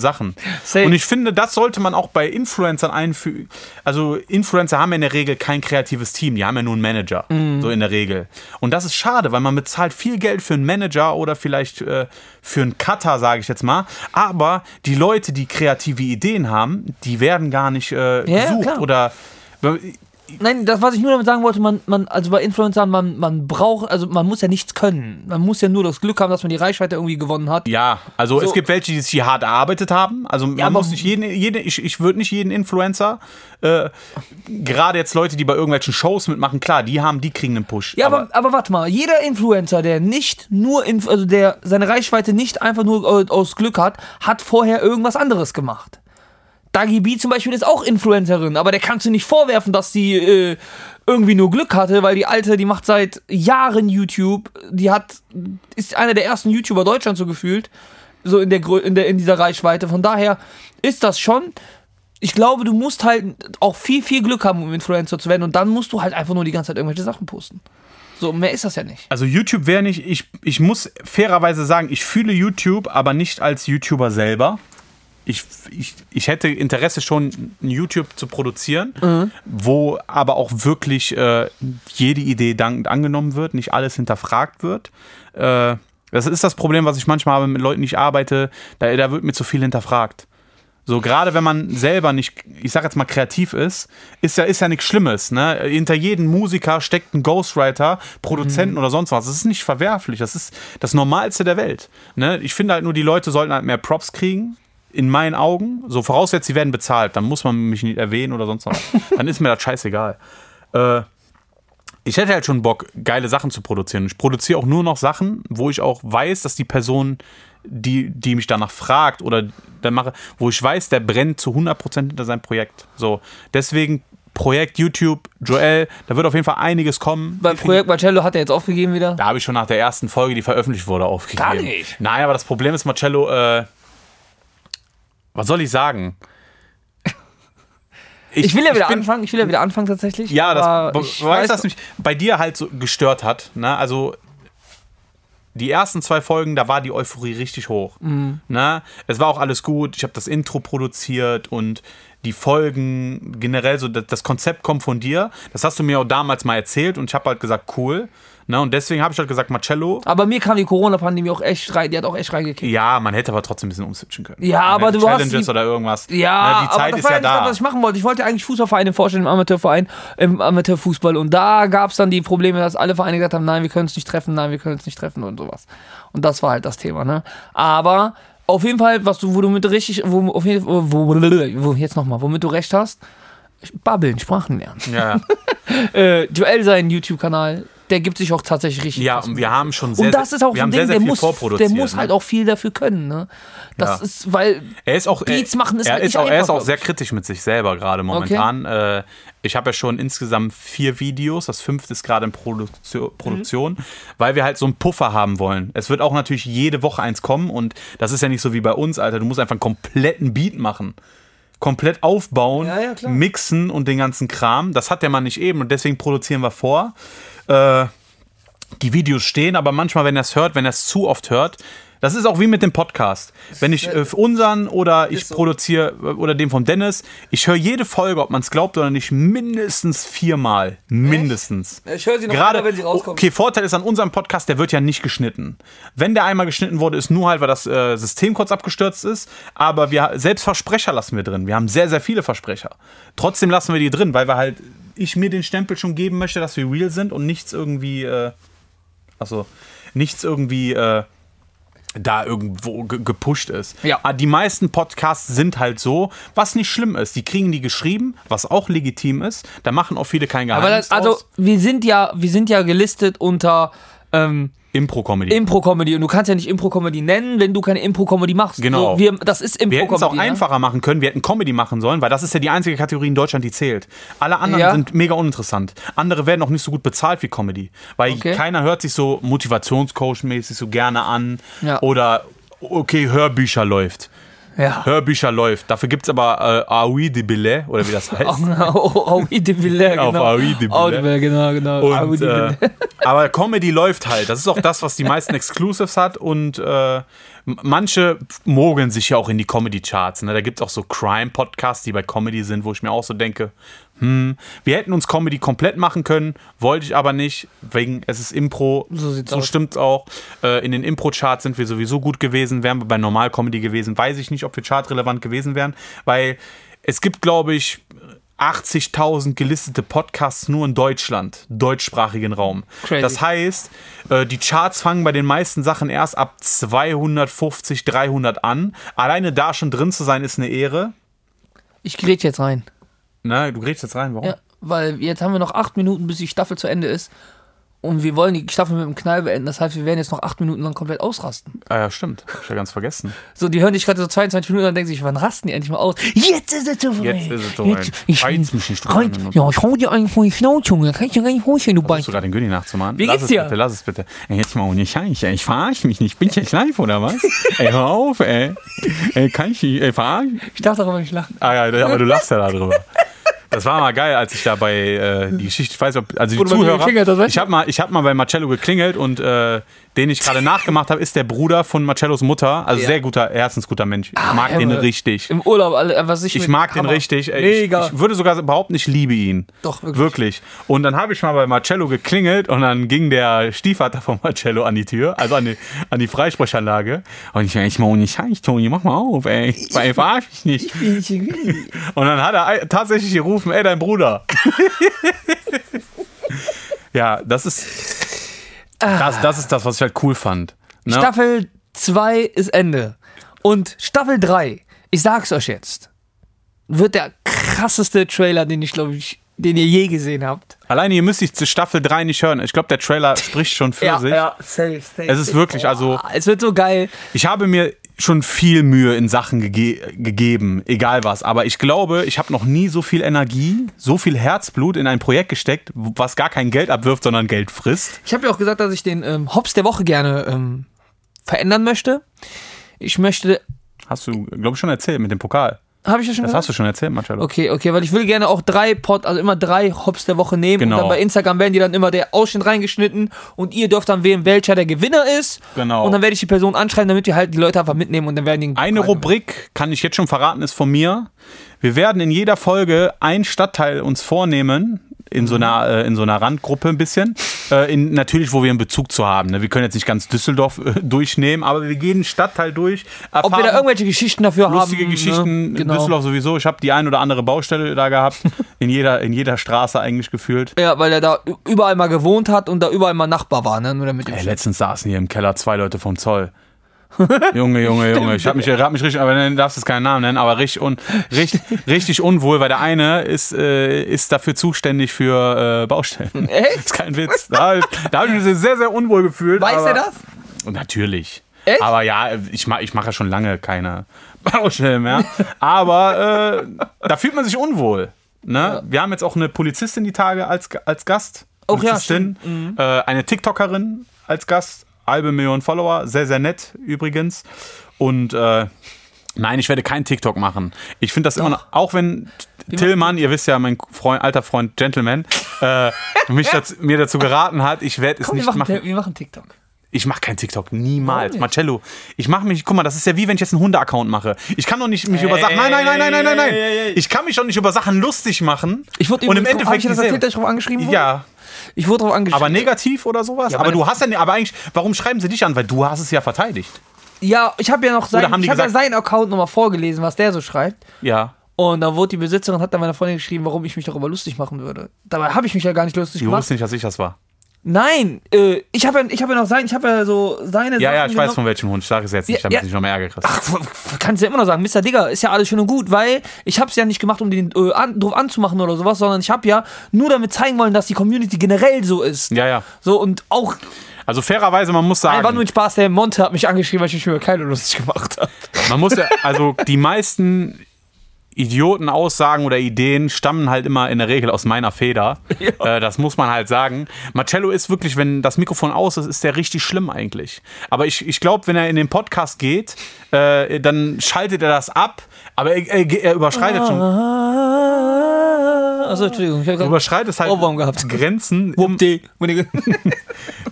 Sachen.
Safe.
Und ich finde, das sollte man auch bei Influencern einfügen. Also, Influencer haben ja in der Regel kein kreatives Team, die haben ja nur einen Manager.
Mhm.
So in der Regel. Und das ist schade, weil man bezahlt viel Geld für einen Manager oder vielleicht äh, für einen Cutter, sage ich jetzt mal. Aber die Leute, die kreative Ideen haben, die werden gar nicht äh,
Ja,
gesucht
klar.
oder.
Nein, das, was ich nur damit sagen wollte, man, man, also bei Influencern, man, man braucht, also man muss ja nichts können. Man muss ja nur das Glück haben, dass man die Reichweite irgendwie gewonnen hat.
Ja, also es
So.
gibt welche, die sich hier hart erarbeitet haben. Also man
aber-
muss nicht jeden, jede, ich, ich würde nicht jeden Influencer, äh, gerade jetzt Leute, die bei irgendwelchen Shows mitmachen, klar, die haben, die kriegen einen Push.
Ja, aber, aber, warte mal, jeder Influencer, der nicht nur, Inf also der seine Reichweite nicht einfach nur äh, aus Glück hat, hat vorher irgendwas anderes gemacht. Dagi B zum Beispiel ist auch Influencerin, aber der kannst du nicht vorwerfen, dass die äh, irgendwie nur Glück hatte, weil die Alte, die macht seit Jahren YouTube, die hat, ist einer der ersten YouTuber Deutschlands so gefühlt, so in, der, Grö- in, der, in dieser Reichweite. Von daher ist das schon, ich glaube, du musst halt auch viel, viel Glück haben, um Influencer zu werden und dann musst du halt einfach nur die ganze Zeit irgendwelche Sachen posten. So, mehr ist das ja nicht.
Also YouTube wäre nicht, ich, ich muss fairerweise sagen, ich fühle YouTube, aber nicht als YouTuber selber. Ich, ich, ich hätte Interesse schon, ein YouTube zu produzieren, wo aber auch wirklich äh, jede Idee dankend angenommen wird, nicht alles hinterfragt wird. Äh, das ist das Problem, was ich manchmal habe mit Leuten, die ich arbeite. Da, da wird mir zu viel hinterfragt. So, gerade wenn man selber nicht, ich sag jetzt mal, kreativ ist, ist ja, ist ja nichts Schlimmes. Ne? Hinter jedem Musiker steckt ein Ghostwriter, Produzenten oder sonst was. Das ist nicht verwerflich, das ist das Normalste der Welt. Ne? Ich finde halt nur, die Leute sollten halt mehr Props kriegen, in meinen Augen. So, voraussetzt, sie werden bezahlt, dann muss man mich nicht erwähnen oder sonst was. Dann ist mir das scheißegal. Äh, ich hätte halt schon Bock, geile Sachen zu produzieren. Ich produziere auch nur noch Sachen, wo ich auch weiß, dass die Person, die, die mich danach fragt oder dann mache, wo ich weiß, der brennt zu 100% hinter seinem Projekt. So, deswegen Projekt YouTube, Joel, da wird auf jeden Fall einiges kommen.
Bei Projekt Marcello hat er jetzt aufgegeben wieder.
Da habe ich schon nach der ersten Folge, die veröffentlicht wurde, aufgegeben.
Gar nicht.
Nein, aber das Problem ist, Marcello, äh, was soll ich sagen?
Ich will ja wieder
bin-
anfangen, ich will ja wieder anfangen tatsächlich.
ja, das
aber
be-
ich
weiß,
weiß,
dass mich bei dir halt so gestört hat. Ne? Also die ersten zwei Folgen, da war die Euphorie richtig hoch.
Mhm.
Ne? Es war auch alles gut. Ich habe das Intro produziert und die Folgen generell so das, das Konzept kommt von dir. Das hast du mir auch damals mal erzählt und ich habe halt gesagt cool. Ne? Und deswegen habe ich halt gesagt Marcello.
Aber mir kam die Corona-Pandemie auch echt rein, die hat auch echt reingekickt.
Ja, man hätte aber trotzdem ein bisschen umswitchen können.
Ja, aber du hast
Challenges
die-
oder irgendwas.
Ja,
ne? die Zeit
aber das
ist
war
ja
ja nicht
da.
das, was ich machen wollte. Ich wollte eigentlich Fußballvereine vorstellen, im Amateurverein, im Amateurfußball. Und da gab es dann die Probleme, dass alle Vereine gesagt haben, nein, wir können es nicht treffen, nein, wir können es nicht treffen und sowas. Und das war halt das Thema, ne? Aber auf jeden Fall, was du, wo du mit richtig, wo, auf jeden, wo, wo jetzt nochmal, womit du recht hast, babbeln, Sprachen lernen.
ja.
Äh, Joel seinen YouTube-Kanal, der gibt sich auch tatsächlich richtig.
Ja,
krass
und
Mühe.
wir haben schon sehr,
und das ist auch so
wir
ein
haben
Ding,
sehr, sehr
der,
viel
muss, der
vorproduziert.
muss halt
ne?
auch viel dafür können. Ne? Das
Ja.
ist, weil
er ist auch,
Beats machen ist
er
halt
ist
nicht
auch, Er ist
einfach,
auch
glaub
sehr
ich.
kritisch mit sich selber gerade momentan. Äh, ich habe ja schon insgesamt vier Videos, das fünfte ist gerade in Produktio-
Mhm.
Produktion, weil wir halt so einen Puffer haben wollen. Es wird auch natürlich jede Woche eins kommen und das ist ja nicht so wie bei uns, Alter. Du musst einfach einen kompletten Beat machen. Komplett aufbauen,
Ja, ja, klar.
mixen und den ganzen Kram. Das hat der Mann nicht eben und deswegen produzieren wir vor. Äh, die Videos stehen, aber manchmal, wenn er es hört, wenn er es zu oft hört, das ist auch wie mit dem Podcast. Wenn ich äh, für unseren oder ich
so.
produziere äh, oder dem von Dennis, ich höre jede Folge, ob man es glaubt oder nicht, mindestens viermal. Mindestens.
Ich höre sie noch
Gerade,
einmal, wenn sie rauskommt.
okay, Vorteil ist an unserem Podcast, der wird ja nicht geschnitten. Wenn der einmal geschnitten wurde, ist nur halt, weil das äh, System kurz abgestürzt ist. Aber wir, selbst Versprecher lassen wir drin. Wir haben sehr, sehr viele Versprecher. Trotzdem lassen wir die drin, weil wir halt, ich mir den Stempel schon geben möchte, dass wir real sind und nichts irgendwie, äh, also nichts irgendwie, äh, da irgendwo ge gepusht ist.
Ja.
Aber Die meisten Podcasts sind halt so, was nicht schlimm ist. Die kriegen die geschrieben, was auch legitim ist. Da machen auch viele kein
Aber
Geheimnis
das, also,
draus.
wir sind ja, wir sind ja gelistet unter ähm,
Impro-Comedy.
Impro-Comedy und du kannst ja nicht Impro-Comedy nennen, wenn du keine Impro-Comedy machst.
Genau.
So, wir, das ist
Wir
Impro-Comedy.
hätten es auch
ne?
einfacher machen können, wir hätten Comedy machen sollen, weil das ist ja die einzige Kategorie in Deutschland, die zählt. Alle anderen
Ja.
sind mega uninteressant. Andere werden auch nicht so gut bezahlt wie Comedy, weil
Okay.
keiner hört sich so Motivationscoach-mäßig so gerne an
Ja.
oder okay, Hörbücher läuft.
Ja.
Hörbücher läuft. Dafür gibt es aber äh, Aoui de Billet oder wie das heißt.
Aui de Villers, genau.
Auf Aoi de
Aoi
Villers.
Villers, genau, genau. Aoi
Und,
de
äh,
Villers.
aber Comedy läuft halt. Das ist auch das, was die meisten Exclusives hat. Und äh, m- manche mogeln sich ja auch in die Comedy-Charts. Ne? Da gibt es auch so Crime-Podcasts, die bei Comedy sind, wo ich mir auch so denke, hm, wir hätten uns Comedy komplett machen können, wollte ich aber nicht, wegen es ist Impro.
So sieht's
so
aus.
stimmt's auch. Äh, in den Impro-Charts sind wir sowieso gut gewesen. Wären wir bei Normal-Comedy gewesen, weiß ich nicht, ob wir chartrelevant gewesen wären, weil es gibt, glaube ich, 80.000 gelistete Podcasts nur in Deutschland, deutschsprachigen Raum.
Crazy.
Das heißt, äh, die Charts fangen bei den meisten Sachen erst ab 250, 300 an. Alleine da schon drin zu sein, ist eine Ehre.
ich gerät jetzt rein.
Na, du kriegst jetzt rein, warum?
Ja, weil jetzt haben wir noch acht Minuten, bis die Staffel zu Ende ist. Und wir wollen die Staffel mit einem Knall beenden. Das heißt, wir werden jetzt noch acht Minuten lang komplett ausrasten.
Ah, ja, stimmt. Hab ich ja ganz vergessen.
So, die hören dich gerade so 22 Minuten und denken sich, wann rasten die endlich mal aus? Jetzt ist es soweit.
Jetzt ist es soweit. Halt
Jetzt- Ich,
Reiz mich nicht, du
Reiz-
kleine Nutte.
Ja, ich hau dir einen vor die Schnauze, Junge. Kann ich dir gar nicht vorstellen, du
Bist du
Beiß.
gerade den Günni nachzumachen?
Wie
lass
geht's
es
dir?
bitte, lass es bitte. Ey, jetzt mal ohne Scheiß, ey. Ich verarsch mich nicht. Bin ich jetzt live oder was? ey, hör auf, ey. ey kann ich dich ey, verarschen?
Ich darf darüber nicht lachen.
Ah ja, aber du lachst ja darüber. Das war mal geil, als ich da bei äh, die Geschichte, ich weiß ob, also die
Wurde bei mir
Zuhörer,
geklingelt, das weißt
ich habe mal, ich hab mal bei Marcello geklingelt und äh, den ich gerade nachgemacht habe, ist der Bruder von Marcellos Mutter, also
Ja. Ah,
sehr guter, erstens guter Mensch. Ich mag den
Hammer.
richtig.
Im Urlaub, alle- äh, was ich
Ich
mit-
mag den
Hammer.
richtig. Ey,
Mega.
Ich, ich würde sogar behaupten, ich liebe ihn.
Doch, wirklich.
Wirklich. Und dann habe ich mal bei Marcello geklingelt und dann ging der Stiefvater von Marcello an die Tür, also an die, an die Freisprechanlage. Und ich, ich mach nicht heiß, Toni, mach mal auf, ey. Ich verarsch dich nicht. Und dann hat er ei- tatsächlich gerufen, ey, dein Bruder. ja, das ist, das, das ist das, was ich halt cool fand. Ne?
Staffel 2 ist Ende. Und Staffel 3, ich sag's euch jetzt, wird der krasseste Trailer, den ich glaube ich, den ihr je gesehen habt.
Alleine, ihr müsst die Staffel 3 nicht hören. Ich glaube, der Trailer spricht schon für sich.
safe, safe.
Es ist wirklich, also,
Ah, Es wird so geil.
ich habe mir schon viel Mühe in Sachen gege gegeben, egal was. Aber ich glaube, ich habe noch nie so viel Energie, so viel Herzblut in ein Projekt gesteckt, was gar kein Geld abwirft, sondern Geld frisst.
Ich habe ja auch gesagt, dass ich den ähm, Hops der Woche gerne ähm, verändern möchte. Ich möchte,
Hast du, glaube ich, schon erzählt mit dem Pokal.
habe ich das schon
Das
gesagt?
hast du schon erzählt, Marcello.
Okay, okay, weil ich will gerne auch drei Pod, also immer drei Hops der Woche nehmen
Genau.
und dann bei Instagram werden die dann immer der Ausschnitt reingeschnitten und ihr dürft dann wählen, welcher der Gewinner ist.
Genau.
Und dann werde ich die Person anschreiben, damit wir halt die Leute einfach mitnehmen und dann werden die
Eine Rubrik, kann ich jetzt schon verraten, ist von mir. Wir werden in jeder Folge einen Stadtteil uns vornehmen, in so einer, äh, in so einer Randgruppe ein bisschen. Äh, in, natürlich, wo wir einen Bezug zu haben. Ne? Wir können jetzt nicht ganz Düsseldorf äh, durchnehmen, aber wir gehen einen Stadtteil durch.
Ob wir da irgendwelche Geschichten dafür
lustige
haben.
Geschichten
ne?
in Düsseldorf sowieso. Ich habe die ein oder andere Baustelle da gehabt, in jeder, in jeder Straße eigentlich gefühlt.
Ja, weil er da ü- überall mal gewohnt hat und da überall mal Nachbar war, ne? Nur damit ihr
Ey,
Bescheid-
letztens saßen hier im Keller zwei Leute vom Zoll. Junge, Junge, Junge. Ich habe mich, hab mich richtig, aber du darfst jetzt keinen Namen nennen, aber richtig, un, richtig, richtig unwohl, weil der eine ist, äh, ist dafür zuständig für äh, Baustellen.
Echt?
Ist kein Witz. Da, da habe ich mich sehr, sehr unwohl gefühlt.
Weiß
aber,
er das?
Und natürlich.
Echt?
Aber ja, ich mache ich mach ja schon lange keine Baustellen mehr. Aber äh, da fühlt man sich unwohl. Ne? Wir haben jetzt auch eine Polizistin die Tage als, als Gast.
Auch ja, Mhm.
Polizistin. äh, eine TikTokerin als Gast. Halbe Million Follower. Sehr, sehr nett übrigens. Und äh, nein, ich werde kein TikTok machen. Ich finde das immer noch, auch wenn Tillmann, ihr wisst ja, mein Freund, alter Freund Gentleman, äh, mich dazu, mir dazu geraten hat, ich werde es
Komm, wir
nicht
machen,
machen.
wir machen TikTok.
Ich mache kein TikTok,
Warum
niemals.
nicht?
Marcello, ich mache mich, guck mal, das ist ja wie wenn ich jetzt einen Hunde-Account mache. Ich kann doch nicht mich über Sachen, nein, nein, nein, nein, nein, nein, nein.
ey, ey.
Ich kann mich doch nicht über Sachen lustig machen.
Ich wurde
und im
übrigens- hab
Endeffekt
ich dir das
dieselbe-
erzählt, dass ich drauf angeschrieben wurde?
Ja,
Ich wurde darauf angeschrieben.
aber negativ oder sowas.
Ja,
aber
meine-
du hast ja, nicht- aber eigentlich, warum schreiben sie dich an? Weil du hast es ja verteidigt.
ja, ich habe ja noch sein,
Oder haben die
ich hab ja
gesagt-
seinen Account nochmal vorgelesen, was der so schreibt.
Ja.
Und dann wurde die Besitzerin, hat dann meiner Freundin geschrieben, warum ich mich darüber lustig machen würde. Dabei habe ich mich ja gar nicht lustig
Du
gemacht.
wusstest nicht, dass ich das war.
Nein, äh, ich habe ja, ich hab ja noch sein, ich habe ja so seine Sachen
Ja, ja, ich weiß
genommen.
von welchem Hund. Ich sage es jetzt nicht, damit
ja.
ich nicht noch mehr Ärger kriege.
Ach, kannst ja immer noch sagen, Mr. Digger, ist ja alles schön und gut, weil ich hab's ja nicht gemacht, um den äh, an, drauf anzumachen oder sowas, sondern ich habe ja nur damit zeigen wollen, dass die Community generell so ist.
Ja, ja.
So und auch
Also fairerweise, man muss sagen.
Nein, war nur ein Spaß. Der Monte hat mich angeschrieben, weil ich mich über Kylo lustig gemacht habe.
Man muss ja, also die meisten Idiotenaussagen oder Ideen stammen halt immer in der Regel aus meiner Feder. Äh, das muss man halt sagen. Marcello ist wirklich, wenn das Mikrofon aus ist, ist der richtig schlimm eigentlich. Aber ich, ich glaube, wenn er in den Podcast geht, äh, dann schaltet er das ab, aber er, er, er überschreitet
Ah.
schon. Ah, also,
Achso, Entschuldigung, ich habe gerade
Überschreitest halt
Ohrwurm gehabt.
Grenzen. im-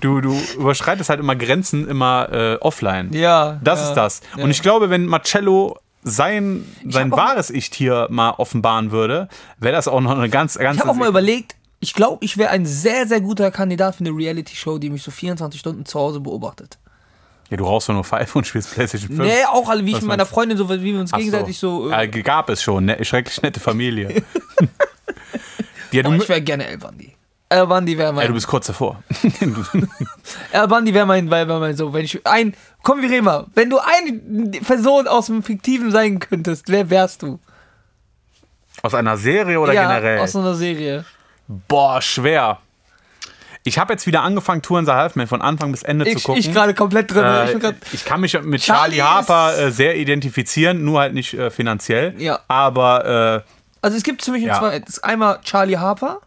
Du, du überschreitest halt immer Grenzen immer äh, offline.
Ja,
Das
ja,
ist das. Und ich glaube, wenn Marcello sein, sein
hab auch-
wahres Ich hier mal offenbaren würde, wäre das auch noch eine ganz, ganz.
Ich habe auch mal überlegt, ich glaube, ich wäre ein sehr, sehr guter Kandidat für eine Reality-Show, die mich so 24 Stunden zu Hause beobachtet.
ja, du rauchst doch nur Five und spielst PlayStation 5.
Nee, auch alle, wie ich
Was
mit meiner
meinst du?
Freundin so, wie wir uns
Ach
gegenseitig so.
Ja,
äh,
gab es schon. Ne? Schrecklich nette Familie. ja, du,
boah, ich wäre gerne El Bandi. El Bandi wäre
ey, du
mein.
bist kurz davor.
El Bandi wäre mein, wär mein, so, wenn ich ein. Komm, wir reden mal. Wenn du eine Person aus dem Fiktiven sein könntest, wer wärst du?
Aus einer Serie oder
ja,
generell?
aus so einer Serie.
Boah, schwer. Ich habe jetzt wieder angefangen, Touren the Halfman von Anfang bis Ende zu
Ich,
gucken.
ich gerade komplett drin. ich
Äh,
bin grad,
ich kann mich mit
Charlie
Charlie,
ist-
Harper äh, sehr identifizieren, nur halt nicht äh, finanziell.
Ja.
Aber äh,
Also es gibt für mich
Ja.
zwei. Es ist einmal Charlie Harper.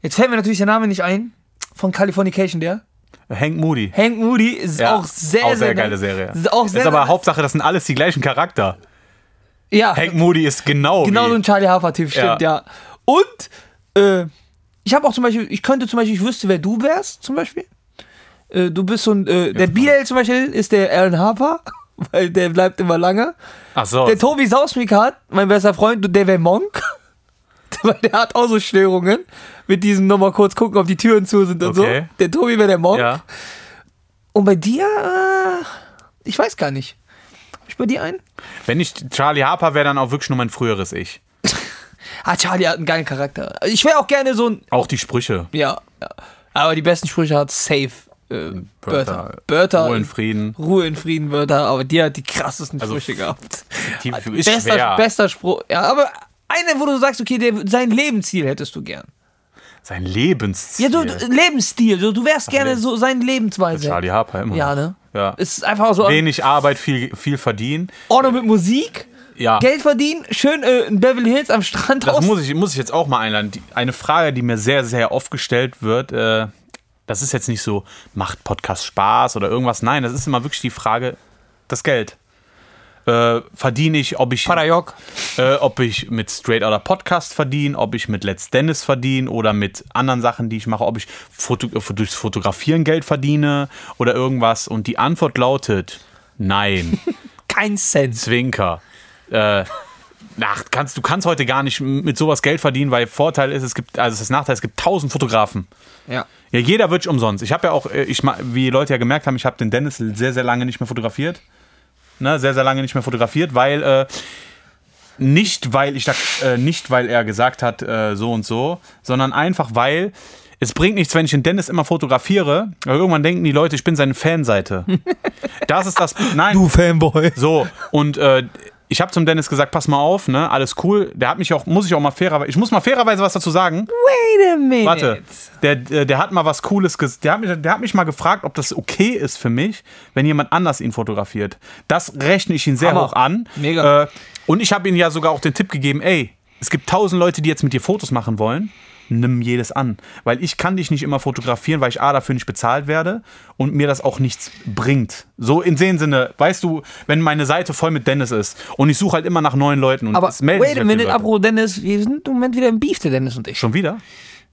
Jetzt fällt mir natürlich der Name nicht ein. Von Californication, der.
äh, Hank Moody.
Hank Moody ist
Ja,
auch sehr,
auch sehr,
sehr
geile
nett.
Serie.
Ist auch sehr,
ist aber
sehr-
Hauptsache, das sind alles die gleichen Charakter.
Ja,
Hank Moody ist genau,
genau so
wie.
ein Charlie Harper-Typ, stimmt, ja. Und äh, ich habe auch zum Beispiel, ich könnte zum Beispiel, ich wüsste, wer du wärst, zum Beispiel. Äh, du bist so ein, äh, der Bilal zum Beispiel ist der Alan Harper, weil der bleibt immer lange.
Ach so.
Der Tobi Sausmikat, mein bester Freund, der wäre Monk. Weil der hat auch so Störungen. Mit diesem nochmal kurz gucken, ob die Türen zu sind und
Okay.
so. Der Tobi wäre der Monk.
ja.
Und bei dir, äh, ich weiß gar nicht. Hab ich bei dir einen?
Wenn ich Charlie Harper wäre, dann auch wirklich nur mein früheres Ich.
Ah, Charlie hat einen geilen Charakter. Ich wäre auch gerne so ein,
Auch die Sprüche.
ja, ja. Aber die besten Sprüche hat safe. Äh, Bertha. Bertha.
Ruhe in Frieden.
Ruhe in Frieden, Bertha. Aber die hat die krassesten
Also,
Sprüche gehabt.
Die ist
Ah, Bester,
schwer.
bester Spruch. Ja, aber einer, wo du sagst, okay, der, sein Lebensziel hättest du gern.
Sein
Ja,
Lebensziel.
du, du Lebensstil. Du, du wärst gerne
Leben.
so seine Lebensweise.
Charlie Harper immer.
Ja,
noch.
ne?
Ja.
Es ist einfach so
Wenig Arbeit, viel, viel verdienen.
Ordnung mit Musik,
Ja.
Geld verdienen, schön äh, in Beverly Hills am Strand
Ah. Das
aus.
muss ich, muss ich jetzt auch mal einladen. Die, eine Frage, die mir sehr, sehr oft gestellt wird, äh, das ist jetzt nicht so, macht Podcast Spaß oder irgendwas. Nein, das ist immer wirklich die Frage, das Geld. Äh, verdiene ich, ob ich,
Parajok.
äh, ob ich mit Straight Outta Podcast verdiene, ob ich mit Let's Dennis verdiene oder mit anderen Sachen, die ich mache, ob ich Foto, äh, durchs Fotografieren Geld verdiene oder irgendwas. Und die Antwort lautet, nein.
Kein Cent.
Zwinker. Äh, ach, kannst, du kannst heute gar nicht m- mit sowas Geld verdienen, weil Vorteil ist, es gibt, also das Nachteil, es gibt tausend Fotografen.
Ja.
Ja, jeder wird umsonst. Ich habe ja auch, äh, ich, ma- wie Leute ja gemerkt haben, ich habe den Dennis sehr, sehr lange nicht mehr fotografiert. Ne, sehr, sehr lange nicht mehr fotografiert, weil äh, nicht, weil ich da, äh, nicht, weil er gesagt hat, äh, so und so, sondern einfach, weil Es bringt nichts, wenn ich den Dennis immer fotografiere, weil irgendwann denken die Leute, ich bin seine Fanseite. das ist das. Nein.
Du Fanboy.
So, und äh, ich habe zum Dennis gesagt, pass mal auf, ne, alles cool. Der hat mich auch, muss ich auch mal fairerweise, ich muss mal fairerweise was dazu sagen.
Wait a minute.
Warte, der, der der hat mal was Cooles, ges der, hat mich, der hat mich mal gefragt, ob das okay ist für mich, wenn jemand anders ihn fotografiert. Das rechne ich ihn sehr
Hammer.
hoch an.
Mega.
Äh, und ich habe ihm ja sogar auch den Tipp gegeben, ey, es gibt tausend Leute, die jetzt mit dir Fotos machen wollen. Nimm jedes an. Weil ich kann dich nicht immer fotografieren, weil ich A, dafür nicht bezahlt werde und mir das auch nichts bringt. So in dem Sinne, weißt du, wenn meine Seite voll mit Dennis ist und ich suche halt immer nach neuen Leuten und
Aber
es melden sich
wait a
halt viele
minute,
Leute.
apropos Dennis, wir sind im Moment wieder im Beef, der Dennis und ich.
Schon wieder?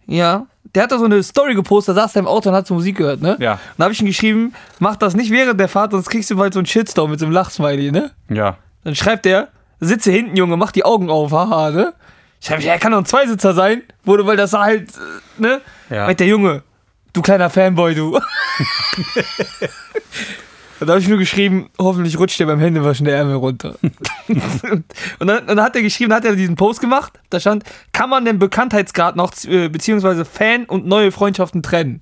Ja. Der hat da so eine Story gepostet, da saß der im Auto und hat so Musik gehört, ne?
Ja.
Dann habe ich ihm geschrieben, mach das nicht während der Fahrt, sonst kriegst du bald so einen Shitstorm mit so einem Lachsmiley, ne?
Ja.
Dann schreibt er, sitze hinten, Junge, mach die Augen auf, haha, ne? Schreibe ich, ja, kann doch ein Zweisitzer sein, wurde, weil das sah halt, äh, ne?
Ja.
Meint der Junge, du kleiner Fanboy, du. Dann habe ich nur geschrieben, hoffentlich rutscht dir beim Händewaschen der Ärmel runter. und, dann, und dann hat er geschrieben, dann hat er diesen Post gemacht, da stand, kann man den Bekanntheitsgrad noch, äh, beziehungsweise Fan und neue Freundschaften trennen?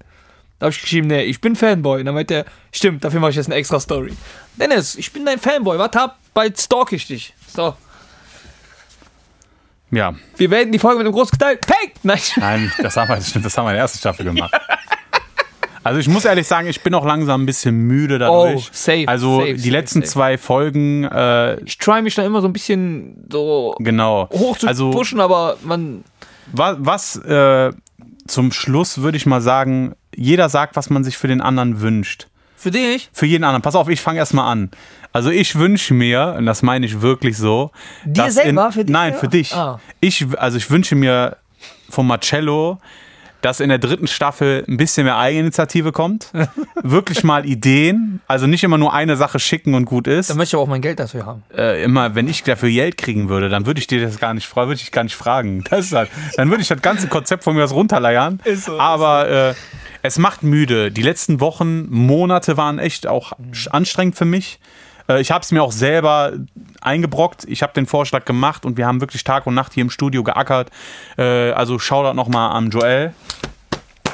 Da habe ich geschrieben, nee, ich bin Fanboy. Und dann meinte er, stimmt, dafür mache ich jetzt eine extra Story. Dennis, ich bin dein Fanboy, warte ab, bald stalk ich dich. So,
Ja.
wir werden die Folge mit einem großen Knall. Hey! Nein,
Nein, das haben wir, das stimmt, das haben wir in der ersten Staffel gemacht. Also ich muss ehrlich sagen, ich bin auch langsam ein bisschen müde dadurch.
Oh, safe,
also
safe,
die
safe,
letzten
safe.
zwei Folgen, äh,
ich try mich da immer so ein bisschen so
genau.
hoch zu
also
pushen, aber man,
wa was äh, zum Schluss würde ich mal sagen, jeder sagt, was man sich für den anderen wünscht.
für dich,
Für jeden anderen. Pass auf, ich fange erstmal an. Also ich wünsche mir, und das meine ich wirklich so.
Dir
dass
selber?
In,
Für dich
nein,
selber?
für dich.
Ah.
Ich, also ich wünsche mir von Marcello, dass in der dritten Staffel ein bisschen mehr Eigeninitiative kommt. wirklich mal Ideen. Also nicht immer nur eine Sache schicken und gut ist.
dann möchte ich aber auch mein Geld dafür haben.
Äh, immer, wenn ich dafür Geld kriegen würde, dann würde ich dir das gar nicht, fra- würde ich gar nicht fragen. Das ist halt, dann würde ich das ganze Konzept von mir aus runterleiern.
Ist so, ist
Aber äh, es macht müde. Die letzten Wochen, Monate waren echt auch
Mhm.
sch- anstrengend für mich. Äh, ich habe es mir auch selber eingebrockt. Ich habe den Vorschlag gemacht und wir haben wirklich Tag und Nacht hier im Studio geackert. Äh, also Shoutout nochmal an Joel.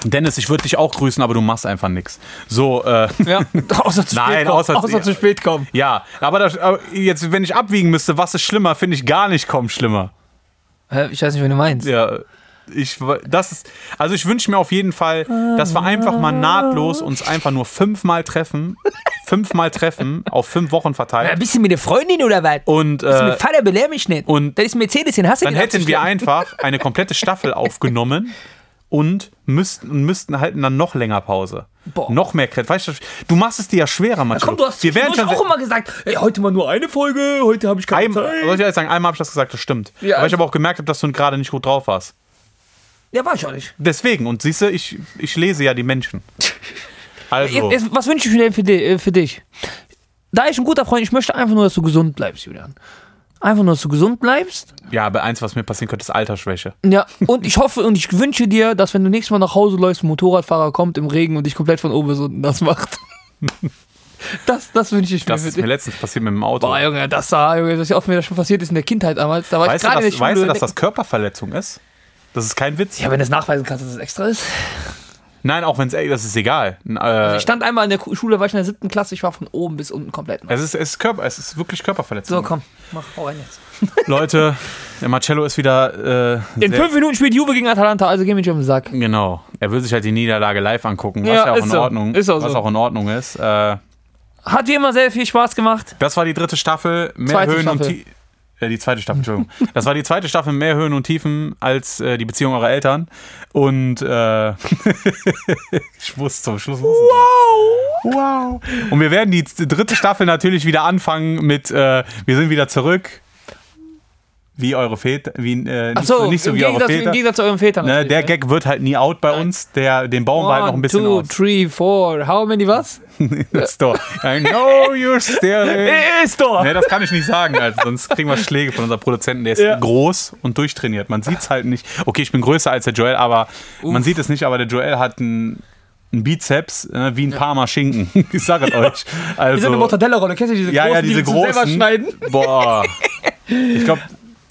Dennis, ich würde dich auch grüßen, aber du machst einfach nichts. So, äh,
Ja, außer zu
Nein,
spät kommen.
außer-
zu spät kommen.
ja, aber, das, aber jetzt, wenn ich abwiegen müsste, was ist schlimmer, finde ich gar nicht kaum schlimmer.
Hä, Ich weiß nicht, wen du meinst.
Ja, ich, das ist, also ich wünsche mir auf jeden Fall, dass wir einfach mal nahtlos uns einfach nur fünfmal treffen, fünfmal treffen, auf fünf Wochen
Ja,
verteilt.
Äh, bist du mit der Freundin oder was?
Und
Bist du
äh,
mit Vater belehr mich nicht.
und-
da ist Mercedes in Hasse
dann hätten wir einfach eine komplette Staffel aufgenommen und müssten, müssten halten dann noch länger Pause.
Boah.
Noch mehr Kredit. Weißt du, du machst es dir ja schwerer, Matthias.
Komm, du hast
wir wären schon
auch immer gesagt, ey, heute mal nur eine Folge, heute habe ich keine
Ein,
Zeit.
soll ich ehrlich sagen, einmal habe ich das gesagt, das stimmt.
Ja,
aber ich
also-
habe auch gemerkt, dass du gerade nicht gut drauf warst.
Ja, war ich auch nicht.
Deswegen, und siehst du, ich, ich lese ja die Menschen. Also,
Jetzt, jetzt, was wünsche ich mir denn für, di- äh, für dich? Da ich ein guter Freund, ich möchte einfach nur, dass du gesund bleibst, Julian. Einfach nur, dass du gesund bleibst.
ja, aber eins, was mir passieren könnte, ist Altersschwäche.
Ja, und ich hoffe und ich wünsche dir, dass wenn du nächstes Mal nach Hause läufst, ein Motorradfahrer kommt im Regen und dich komplett von oben bis unten das macht. Das, das wünsche ich mir
Das
für
ist mir
dich.
letztens passiert mit dem Auto.
Boah, Junge, das sah, Junge, das ist ja oft mir das schon passiert ist in der Kindheit damals. Da war
weißt,
ich
du,
gerade in
dass,
der Schule.
weißt du,
und
dass
denk-
das Körperverletzung ist? Das ist kein Witz.
ja, wenn du es nachweisen kannst, dass es extra ist.
Nein, auch wenn es, ey, das ist egal. N- Äh,
Also Ich stand einmal in der Ku- Schule, war ich in der siebten Klasse, ich war von oben bis unten komplett. nass.
es, ist, es, ist Körper, es ist wirklich
So,
Körperverletzung.
komm, mach, hau rein jetzt.
Leute, der Marcello ist wieder. Äh,
In
sehr-
fünf Minuten spielt Juve gegen Atalanta, also geh mich auf den Sack.
Genau. Er will sich halt die Niederlage live angucken, was
Ja,
ja, auch
ist
in
so.
Ordnung
Ist auch
was
so.
auch in Ordnung ist. Äh,
Hat wie immer sehr viel Spaß gemacht.
Das war die dritte Staffel, mehr
Zweite
Höhen und
Staffel.
Tiefen. Äh, die zweite Staffel, Entschuldigung. Das war die zweite Staffel, mehr Höhen und Tiefen als äh, die Beziehung eurer Eltern. Und äh, ich muss zum Schluss. Wow! Wow! Und wir werden die z- dritte Staffel natürlich wieder anfangen mit äh, Wir sind wieder zurück. Wie eure Väter. Wie, äh, nicht, so,
Achso,
nicht so
im,
wie eure
Gegensatz- im
Väter.
Gegensatz zu euren Vätern.
Ne,
natürlich,
der
ne?
Gag wird halt nie out bei uns. Der, den bauen wir halt noch ein
One,
bisschen
two,
aus.
three, four. How many was?
Das Tor. I know you're staring.
Ist doch.
Nee, das kann ich nicht sagen, also, sonst kriegen wir Schläge von unserem Produzenten. Der ist
Ja.
groß und durchtrainiert. Man sieht es halt nicht. Okay, ich bin größer als der Joel, aber man sieht es nicht, aber der Joel hat einen, einen Bizeps äh, wie ein Parma Schinken. Ich sage es euch. Also,
So eine Mortadella-Rolle, kennst du diese
ja,
großen,
ja,
die
diese
du zum selber
großen.
schneiden?
Boah. Ich glaube,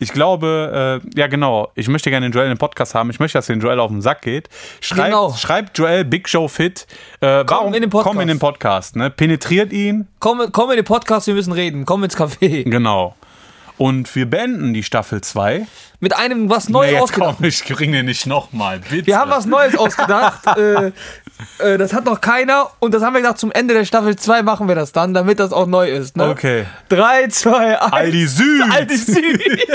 Ich glaube, äh, ja genau, ich möchte gerne den Joel im Podcast haben. Ich möchte, dass den Joel auf den Sack geht. Schreibt,
Genau.
schreibt Joel Big Show Fit. Äh, warum,
in den Podcast.
Komm in den Podcast. Ne? Penetriert ihn.
Komm, komm in den Podcast, wir müssen reden. Komm ins Café.
Genau. Und wir beenden die Staffel 2.
Mit einem was Neues
Nee, jetzt
ausgedacht.
komm, ich bringe nicht nochmal, bitte.
Wir haben was Neues ausgedacht. äh, äh, das hat noch keiner. Und das haben wir gedacht, zum Ende der Staffel 2 machen wir das ne? dann, damit das auch neu ist. Ne?
Okay.
3, 2, 1.
Aldi Süd.
Aldi Süd.